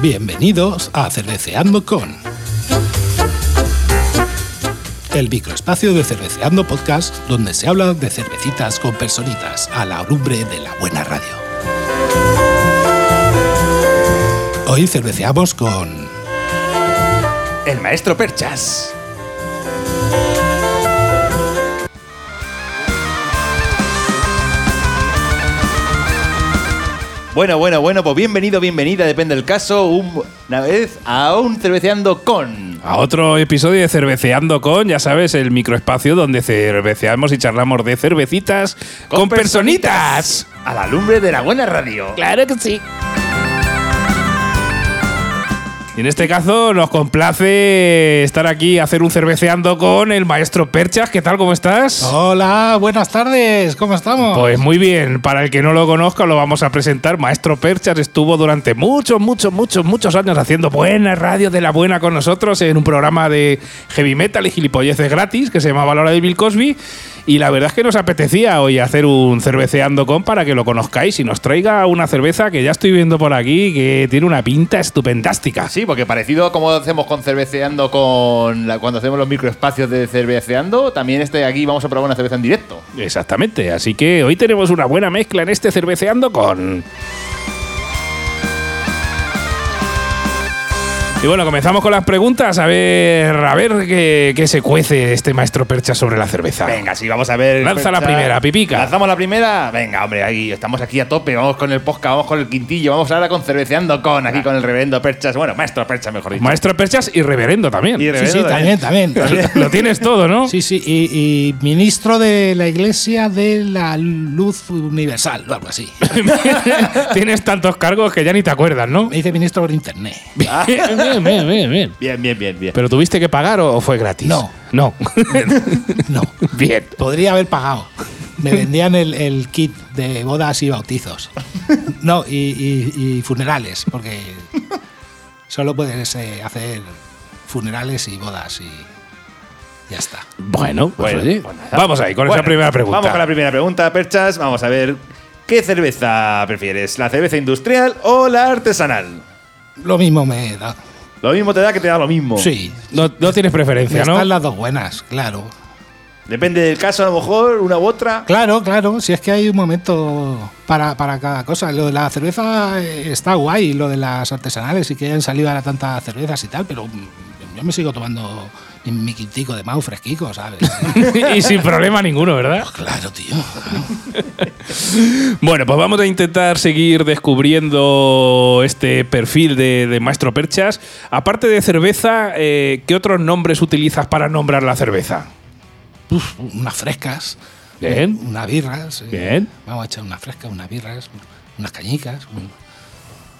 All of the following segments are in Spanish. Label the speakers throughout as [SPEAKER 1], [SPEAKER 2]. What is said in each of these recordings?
[SPEAKER 1] Bienvenidos a Cerveceando con el microespacio de Cerveceando Podcast, donde se habla de cervecitas con personitas a la lumbre de la buena radio. Hoy cerveceamos con
[SPEAKER 2] El maestro Perchas. Bueno, bueno, bueno, pues bienvenido, bienvenida, depende del caso, un- una vez a un cerveceando con.
[SPEAKER 3] A otro episodio de Cerveceando con, ya sabes, el microespacio donde cerveceamos y charlamos de cervecitas con, personitas.
[SPEAKER 2] A la lumbre de la buena radio.
[SPEAKER 3] Claro que sí. Y en este caso nos complace estar aquí a hacer un cerveceando con el maestro Perchas. ¿Qué tal? ¿Cómo estás?
[SPEAKER 1] Hola, buenas tardes, ¿cómo estamos?
[SPEAKER 3] Pues muy bien, para el que no lo conozca lo vamos a presentar. Maestro Perchas estuvo durante muchos, muchos, muchos, muchos años haciendo buena radio de la buena con nosotros en un programa de heavy metal y gilipolleces gratis que se llamaba La Hora de Bill Cosby. Y la verdad es que nos apetecía hoy hacer un cerveceando con para que lo conozcáis y nos traiga una cerveza que ya estoy viendo por aquí que tiene una pinta estupendástica.
[SPEAKER 2] Sí, porque parecido a como hacemos con cerveceando con la- cuando hacemos los microespacios de cerveceando, también este de aquí vamos a probar una cerveza en directo.
[SPEAKER 3] Exactamente, así que hoy tenemos una buena mezcla en este cerveceando con... Y bueno, comenzamos con las preguntas, a ver, a ver qué, qué se cuece este maestro percha sobre la cerveza.
[SPEAKER 2] Venga, sí, vamos a ver.
[SPEAKER 3] Lanza la
[SPEAKER 2] Perchas.
[SPEAKER 3] primera, pipica.
[SPEAKER 2] Lanzamos la primera. Venga, hombre, aquí estamos aquí a tope. Vamos con el posca, vamos con el quintillo, vamos ahora con cerveceando con, aquí con el reverendo Perchas. Bueno, maestro Perchas, mejor dicho.
[SPEAKER 3] Maestro perchas y reverendo también.
[SPEAKER 2] Y
[SPEAKER 1] sí, sí,
[SPEAKER 2] reverendo
[SPEAKER 1] también, también.
[SPEAKER 3] Lo tienes todo, ¿no?
[SPEAKER 1] Sí, sí, y, y ministro de la Iglesia de la Luz Universal, o algo así.
[SPEAKER 3] tienes tantos cargos que ya ni te acuerdas, ¿no?
[SPEAKER 1] Me dice ministro por internet.
[SPEAKER 3] bien, bien, bien, bien.
[SPEAKER 2] Bien, bien, bien, bien.
[SPEAKER 3] ¿Pero tuviste que pagar o o fue gratis?
[SPEAKER 1] No.
[SPEAKER 3] No.
[SPEAKER 1] No,
[SPEAKER 3] bien.
[SPEAKER 1] podría haber pagado. Me vendían el, el kit de bodas y bautizos. No, y, y- y funerales, porque solo puedes eh, hacer funerales y bodas y ya está.
[SPEAKER 3] Bueno, pues
[SPEAKER 2] Bueno,
[SPEAKER 3] oye,
[SPEAKER 2] pues nada.
[SPEAKER 3] vamos ahí con
[SPEAKER 2] Bueno,
[SPEAKER 3] esa primera pregunta.
[SPEAKER 2] Vamos con la primera pregunta, Perchas. Vamos a ver. ¿Qué cerveza prefieres? ¿La cerveza industrial o la artesanal?
[SPEAKER 1] Lo mismo me da.
[SPEAKER 2] Lo mismo te da que te da lo mismo.
[SPEAKER 1] Sí,
[SPEAKER 3] No, no tienes preferencia, ¿no?
[SPEAKER 1] están las dos buenas, claro.
[SPEAKER 2] Depende del caso, a lo mejor, una u otra.
[SPEAKER 1] Claro, claro, si es que hay un momento para, para cada cosa. Lo de la cerveza eh, está guay, lo de las artesanales y que hayan salido ahora tantas cervezas y tal, pero mm, yo me sigo tomando mi, mi quintico de mau fresquico, ¿sabes?
[SPEAKER 3] y sin problema ninguno, ¿verdad?
[SPEAKER 1] claro, tío.
[SPEAKER 3] Bueno, pues vamos a intentar seguir descubriendo este perfil de, de Maestro Perchas. Aparte de cerveza, eh, ¿qué otros nombres utilizas para nombrar la cerveza?
[SPEAKER 1] Uf, unas frescas,
[SPEAKER 3] Bien.
[SPEAKER 1] unas birras. eh,
[SPEAKER 3] Bien.
[SPEAKER 1] Vamos a echar unas frescas, unas birras, unas cañicas, un-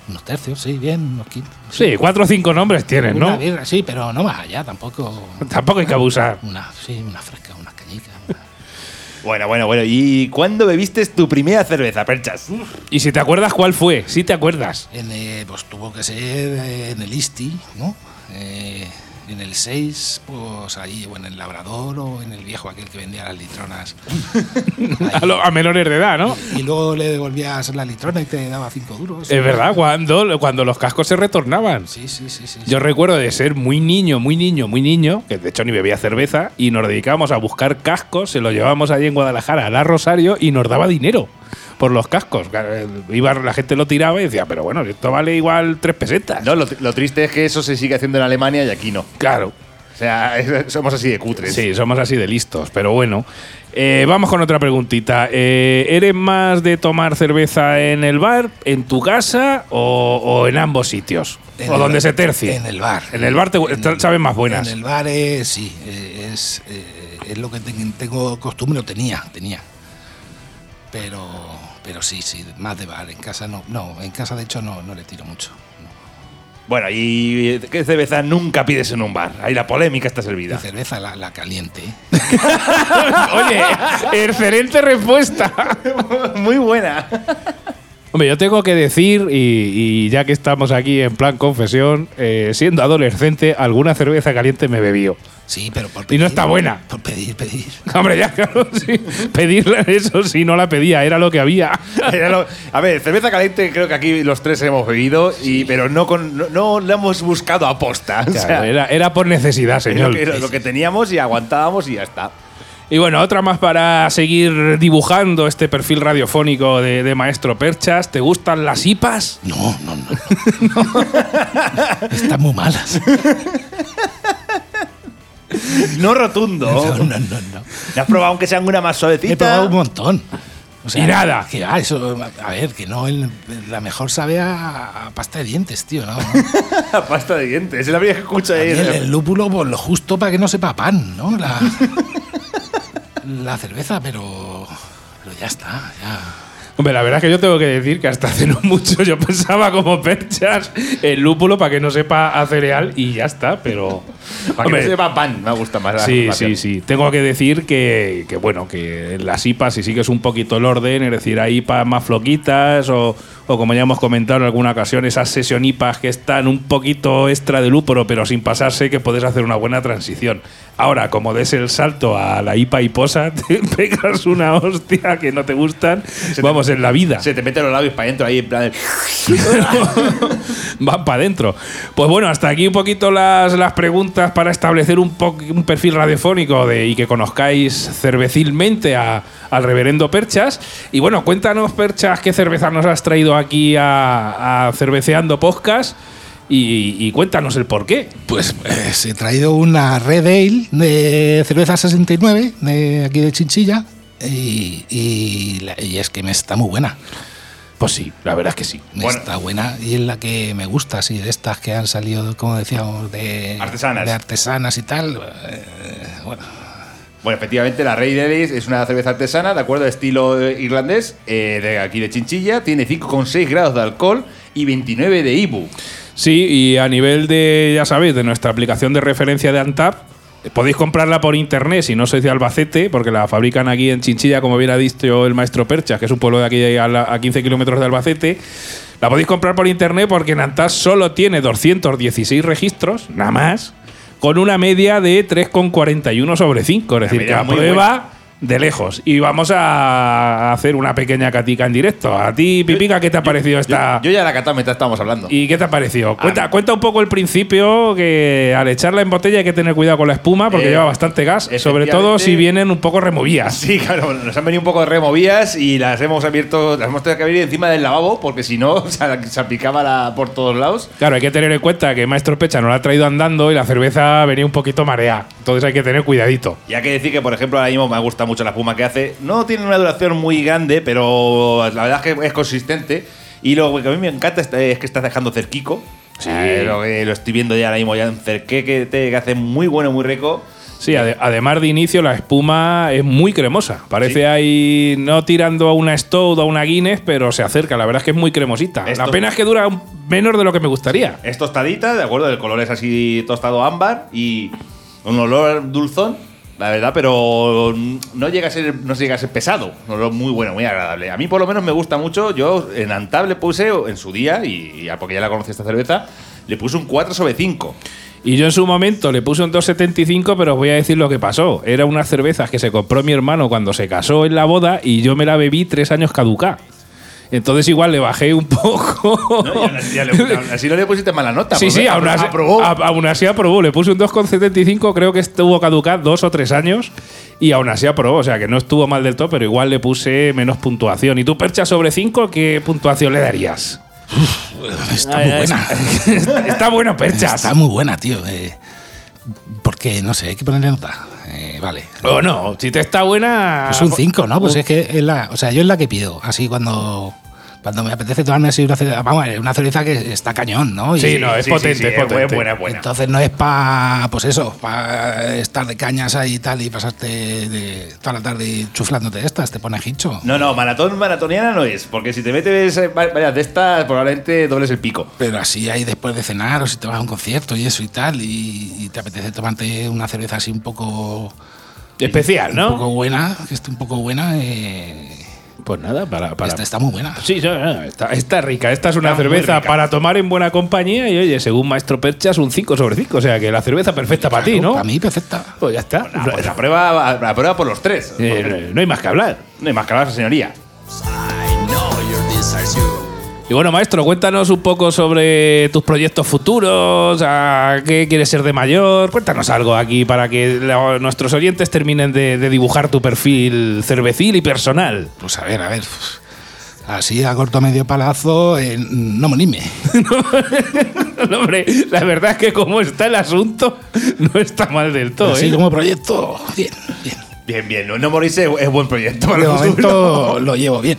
[SPEAKER 1] unos tercios, sí, bien, unos quintos.
[SPEAKER 3] Sí, cuatro o cinco nombres tienes,
[SPEAKER 1] Una
[SPEAKER 3] ¿no?
[SPEAKER 1] birra, sí, pero no más allá, tampoco.
[SPEAKER 3] Tampoco hay que abusar.
[SPEAKER 1] Una, sí, unas frescas, unas cañicas. una-
[SPEAKER 2] Bueno, bueno, bueno. ¿Y cuándo bebiste tu primera cerveza, Perchas?
[SPEAKER 3] Y si te acuerdas, ¿cuál fue? Si te acuerdas.
[SPEAKER 1] En, eh, pues tuvo que ser eh, en el ISTI, ¿no? Eh, en el 6, pues ahí, o en el Labrador, o en el viejo aquel que vendía las litronas.
[SPEAKER 3] A, lo- a menores de edad, ¿no?
[SPEAKER 1] Y luego le devolvías la litrona y te daba cinco duros.
[SPEAKER 3] Es verdad, cuando, cuando los cascos se retornaban.
[SPEAKER 1] Sí, sí, sí. sí, sí.
[SPEAKER 3] Yo recuerdo de ser muy niño, muy niño, muy niño, que de hecho ni bebía cerveza, y nos dedicábamos a buscar cascos, se los llevábamos allí en Guadalajara, a la Rosario, y nos daba dinero por los cascos. Claro, eh, Iba, la gente lo tiraba y decía, pero bueno, esto vale igual tres pesetas.
[SPEAKER 2] No, lo, lo triste es que eso se sigue haciendo en Alemania y aquí no.
[SPEAKER 3] Claro.
[SPEAKER 2] O sea, somos así de cutres.
[SPEAKER 3] Sí, somos así de listos, pero bueno. Eh, vamos con otra preguntita. Eh, ¿Eres más de tomar cerveza en el bar, en tu casa o, o en ambos sitios?
[SPEAKER 1] En
[SPEAKER 3] o
[SPEAKER 1] el
[SPEAKER 3] donde
[SPEAKER 1] bar.
[SPEAKER 3] se tercie.
[SPEAKER 1] En el bar.
[SPEAKER 3] En el bar te,
[SPEAKER 1] En el-
[SPEAKER 3] sabes más buenas.
[SPEAKER 1] En el bar, eh, sí, eh, es, eh, es lo que ten- tengo costumbre, o tenía, tenía. Pero, pero sí, sí, más de bar. En casa no, no, en casa de hecho no, no le tiro mucho.
[SPEAKER 2] Bueno, ¿y qué cerveza nunca pides en un bar? Ahí la polémica está
[SPEAKER 1] La
[SPEAKER 2] servida.
[SPEAKER 1] cerveza, la, la caliente.
[SPEAKER 3] Oye, excelente respuesta.
[SPEAKER 2] Muy buena.
[SPEAKER 3] Hombre, yo tengo que decir, y, y ya que estamos aquí en plan confesión, eh, siendo adolescente, alguna cerveza caliente me bebió.
[SPEAKER 1] Sí, pero por
[SPEAKER 3] Y no está buena.
[SPEAKER 1] Por pedir, pedir.
[SPEAKER 3] Hombre, ya claro, sí. Pedirla eso sí, no la pedía, era lo que había.
[SPEAKER 2] Era lo- a ver, cerveza caliente creo que aquí los tres hemos bebido, y, pero no, con, no, no la hemos buscado a posta. O sea,
[SPEAKER 3] Claro, era, era por necesidad,
[SPEAKER 2] es lo
[SPEAKER 3] señor.
[SPEAKER 2] que, lo que teníamos y aguantábamos y ya está.
[SPEAKER 3] Y bueno, otra más para seguir dibujando este perfil radiofónico de, de Maestro Perchas. ¿Te gustan las IPAs?
[SPEAKER 1] No, no, no. Están muy malas.
[SPEAKER 2] No rotundo.
[SPEAKER 1] No, no, no, no.
[SPEAKER 2] ¿Has probado aunque sean una más suavecita?
[SPEAKER 1] He probado un montón. O
[SPEAKER 3] Y nada.
[SPEAKER 1] Que, ah, eso, a ver, que no, el- la mejor sabe a, a pasta de dientes, tío. ¿no?
[SPEAKER 2] La pasta de dientes. Es la primera que escucho ahí.
[SPEAKER 1] También el, lúpulo, por lo justo para que no sepa a pan, ¿no? La, la cerveza, pero, pero ya está, ya.
[SPEAKER 3] Hombre, la verdad es que yo tengo que decir que hasta hace no mucho yo pensaba como perchas el lúpulo para que no sepa a cereal y ya está, pero.
[SPEAKER 2] Para que
[SPEAKER 3] Hombre,
[SPEAKER 2] no sepa pan, me gusta más. la
[SPEAKER 3] Sí,
[SPEAKER 2] afirmación.
[SPEAKER 3] sí, sí. Tengo que decir que, que, bueno, que en las IPAs, si sigues un poquito el orden, es decir, hay IPAs más floquitas o, o como ya hemos comentado en alguna ocasión, esas sesión IPAs que están un poquito extra de lúpulo, pero sin pasarse, que puedes hacer una buena transición. Ahora, como des el salto a la IPA y posa, te pegas una hostia que no te gustan, vamos, en la vida.
[SPEAKER 2] Se te meten los labios para adentro ahí en plan. de-
[SPEAKER 3] Van para adentro. Pues bueno, hasta aquí un poquito las, las preguntas para establecer un, po- un perfil radiofónico de, y que conozcáis cervecilmente a- al reverendo Perchas. Y bueno, cuéntanos, Perchas, qué cerveza nos has traído aquí a, a Cerveceando Podcast y, y cuéntanos el por qué.
[SPEAKER 1] Pues pues, he traído una Red Ale de cerveza 69, de aquí de Chinchilla, y, y la- y es que me está muy buena.
[SPEAKER 3] Pues sí, la verdad es que sí.
[SPEAKER 1] Me
[SPEAKER 2] Bueno.
[SPEAKER 1] Está buena y es la que me gusta, sí, de estas que han salido, como decíamos, de
[SPEAKER 2] Artesanas.
[SPEAKER 1] de artesanas y tal. eh, bueno,
[SPEAKER 2] Bueno, efectivamente, la Rey Delis es una cerveza artesana, de acuerdo, estilo eh, irlandés, eh, de aquí de Chinchilla. Tiene 5,6 grados de alcohol y 29 de IBU.
[SPEAKER 3] Sí, y a nivel de, ya sabéis, de nuestra aplicación de referencia de Antap, eh, podéis comprarla por internet si no sois de Albacete, porque la fabrican aquí en Chinchilla, como bien ha dicho el maestro Perchas, que es un pueblo de aquí a, la- a 15 kilómetros de Albacete. La podéis comprar por internet porque en Antap solo tiene 216 registros, nada más, con una media de 3,41 sobre 5. Es decir, que
[SPEAKER 2] media muy
[SPEAKER 3] aprueba de lejos. Y vamos a hacer una pequeña catica en directo. A ti, Pipica, ¿qué te ha parecido esta.?
[SPEAKER 2] Yo, yo ya la catame, mientras estábamos hablando.
[SPEAKER 3] ¿Y qué te ha parecido?
[SPEAKER 2] Ah.
[SPEAKER 3] Cuenta, cuenta un poco el principio, que al echarla en botella hay que tener cuidado con la espuma porque
[SPEAKER 2] Eh,
[SPEAKER 3] lleva bastante gas, sobre todo
[SPEAKER 2] efectivamente.
[SPEAKER 3] si vienen un poco removidas.
[SPEAKER 2] Sí, claro, nos han venido un poco de removidas y las hemos abierto, las hemos tenido que abrir encima del lavabo porque si no, o sea, salpicaba la, por todos lanos.
[SPEAKER 3] Claro, hay que tener en cuenta que Maestro Pecha no la ha traído andando y la cerveza venía un poquito mareada. Entonces hay que tener cuidadito.
[SPEAKER 2] Y hay que decir que, por ejemplo, ahora mismo me gusta mucho la espuma que hace. No tiene una duración muy grande, pero la verdad es que es consistente. Y lo que a mí me encanta esta- es que estás dejando cerquico.
[SPEAKER 3] Sí.
[SPEAKER 2] Eh, lo, que- lo estoy viendo ya ahora mismo, ya en cerqué que, te- que hace muy bueno, muy rico.
[SPEAKER 3] Sí, ade- además de inicio, la espuma es muy cremosa. Parece ahí no tirando a una Stout o a una Guinness, pero se acerca. La verdad es que es muy cremosita.
[SPEAKER 2] Esto-
[SPEAKER 3] La pena es que dura un- menos de lo que me gustaría.
[SPEAKER 2] Es tostadita, de acuerdo, el color es así tostado ámbar y un olor dulzón, la verdad, pero no llega a ser, no llega a ser pesado. Un olor muy bueno, muy agradable. A mí por lo menos me gusta mucho. Yo en Antab le puse en su día, y ya porque ya la conocí esta cerveza, le puse un 4 sobre 5.
[SPEAKER 3] Y yo en su momento le puse un 2.75, pero os voy a decir lo que pasó. Era unas cervezas que se compró mi hermano cuando se casó en la boda y yo me la bebí tres años caducá. Entonces igual le bajé un poco.
[SPEAKER 2] ¿no? Y aún así, ya le- aún así no le pusiste mala nota.
[SPEAKER 3] Sí, sí, aún así,
[SPEAKER 2] aprobó.
[SPEAKER 3] a- aún así aprobó. Le puse un 2,75, creo que estuvo caducada dos o tres años y aún así aprobó. O sea que no estuvo mal del todo, pero igual le puse menos puntuación. ¿Y tú, Percha, sobre 5, qué puntuación le darías?
[SPEAKER 1] está muy buena.
[SPEAKER 3] Está bueno, Percha.
[SPEAKER 1] Está muy buena, tío. eh, porque, no sé, hay que ponerle nota. Eh, vale.
[SPEAKER 3] O no, si te está buena.
[SPEAKER 1] Es un 5, ¿no? Pues es que es la, o sea, yo es la que pido. Así cuando, cuando me apetece tomarme así una cerveza. Vamos, a ver, una cerveza que está cañón, ¿no? Y-
[SPEAKER 3] Sí, no, es potente, es potente.
[SPEAKER 2] buena, es buena.
[SPEAKER 1] Entonces no es para, pues eso, para estar de cañas ahí y tal y pasarte de- toda la tarde y chuflándote de estas, te pones hincho.
[SPEAKER 2] No, no, maratón maratoniana no es, porque si te metes eh, va- varias de estas, probablemente dobles el pico.
[SPEAKER 1] Pero así ahí después de cenar o si te vas a un concierto y eso y tal y, y te apetece tomarte una cerveza así un poco,
[SPEAKER 3] Especial,
[SPEAKER 1] un
[SPEAKER 3] ¿no?
[SPEAKER 1] poco buena, que esté un poco buena, eh,
[SPEAKER 3] Pues nada, para. para-
[SPEAKER 1] Esta está muy buena.
[SPEAKER 3] Sí, no, no, está, está rica. Esta es una
[SPEAKER 2] Está muy
[SPEAKER 3] cerveza
[SPEAKER 2] rica.
[SPEAKER 3] para tomar en buena compañía. Y oye, según Maestro Perchas, un 5 sobre 5. O sea que la cerveza perfecta para ti, ¿no?
[SPEAKER 1] Para mí, perfecta.
[SPEAKER 3] Pues ya está.
[SPEAKER 2] Ah, pues la prueba, la prueba por los tres.
[SPEAKER 3] Eh, no hay más que hablar.
[SPEAKER 2] No hay más que hablar, señoría.
[SPEAKER 4] I know your desires you.
[SPEAKER 3] Y bueno, maestro, cuéntanos un poco sobre tus proyectos futuros, a qué quieres ser de mayor. Cuéntanos algo aquí para que lo- nuestros oyentes terminen de, de dibujar tu perfil cervecil y personal.
[SPEAKER 1] Pues a ver, a ver. Así a corto medio palazo, eh, no morirme.
[SPEAKER 3] No, hombre, la verdad es que como está el asunto, no está mal del todo.
[SPEAKER 1] Así
[SPEAKER 3] ¿eh?
[SPEAKER 1] como proyecto, bien, bien.
[SPEAKER 2] Bien, bien. No, no morirse es- es buen proyecto para
[SPEAKER 1] De
[SPEAKER 2] el futuro.
[SPEAKER 1] momento lo llevo bien,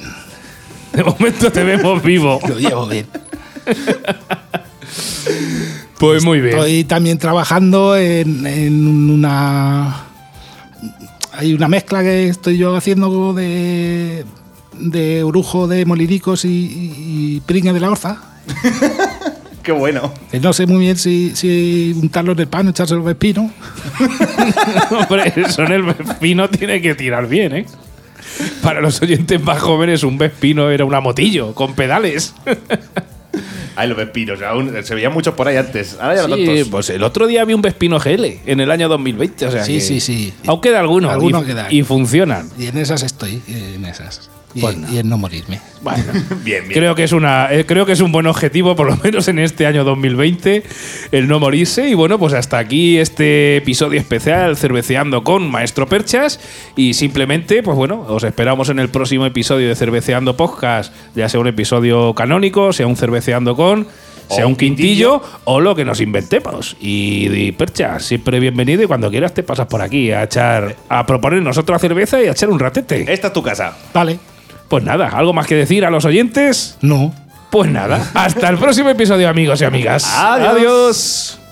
[SPEAKER 3] De momento te vemos vivo.
[SPEAKER 1] lo llevo bien.
[SPEAKER 3] Pues muy bien.
[SPEAKER 1] Estoy también trabajando en, en una. Hay una mezcla que estoy yo haciendo de. de orujo de molidicos y, y, y pringue de la orza.
[SPEAKER 2] Qué bueno.
[SPEAKER 1] Que no sé muy bien si, si untarlo en el pan o echárselo de espino.
[SPEAKER 3] Hombre, eso en el Vespino tiene que tirar bien, ¿eh? Para los oyentes más jóvenes, un Vespino era una motillo con pedales.
[SPEAKER 2] Ay, los pepinos. aún- se veían muchos por ahí antes. Ahora ya no
[SPEAKER 3] Sí,
[SPEAKER 2] tantos.
[SPEAKER 3] pues el otro día vi un Vespino GL en el año 2020. O sea
[SPEAKER 1] Sí,
[SPEAKER 3] que
[SPEAKER 1] sí, sí.
[SPEAKER 3] Aún queda alguno.
[SPEAKER 1] Alguno
[SPEAKER 3] y,
[SPEAKER 1] queda.
[SPEAKER 3] y funcionan.
[SPEAKER 1] Y en esas estoy, en esas. Y,
[SPEAKER 3] Pues no.
[SPEAKER 1] y en no morirme.
[SPEAKER 2] bien, bien.
[SPEAKER 3] Creo que, es una, eh, creo que es un buen objetivo, por lo menos en este año 2020, el no morirse. Y bueno, pues hasta aquí este episodio especial Cerveceando con Maestro Perchas. Y simplemente, pues bueno, os esperamos en el próximo episodio de Cerveceando Podcast, ya sea un episodio canónico, sea un Cerveceando con,
[SPEAKER 2] O
[SPEAKER 3] sea un
[SPEAKER 2] un
[SPEAKER 3] quintillo, o lo que nos inventemos. Y, y Perchas, siempre bienvenido y cuando quieras te pasas por aquí a echar, a proponernos otra cerveza y a echar un ratete.
[SPEAKER 2] Esta es tu casa.
[SPEAKER 1] Vale.
[SPEAKER 3] Pues nada, ¿algo más que decir a los oyentes?
[SPEAKER 1] No.
[SPEAKER 3] Pues nada, hasta el próximo episodio, amigos y amigas.
[SPEAKER 2] Adiós.
[SPEAKER 3] Adiós.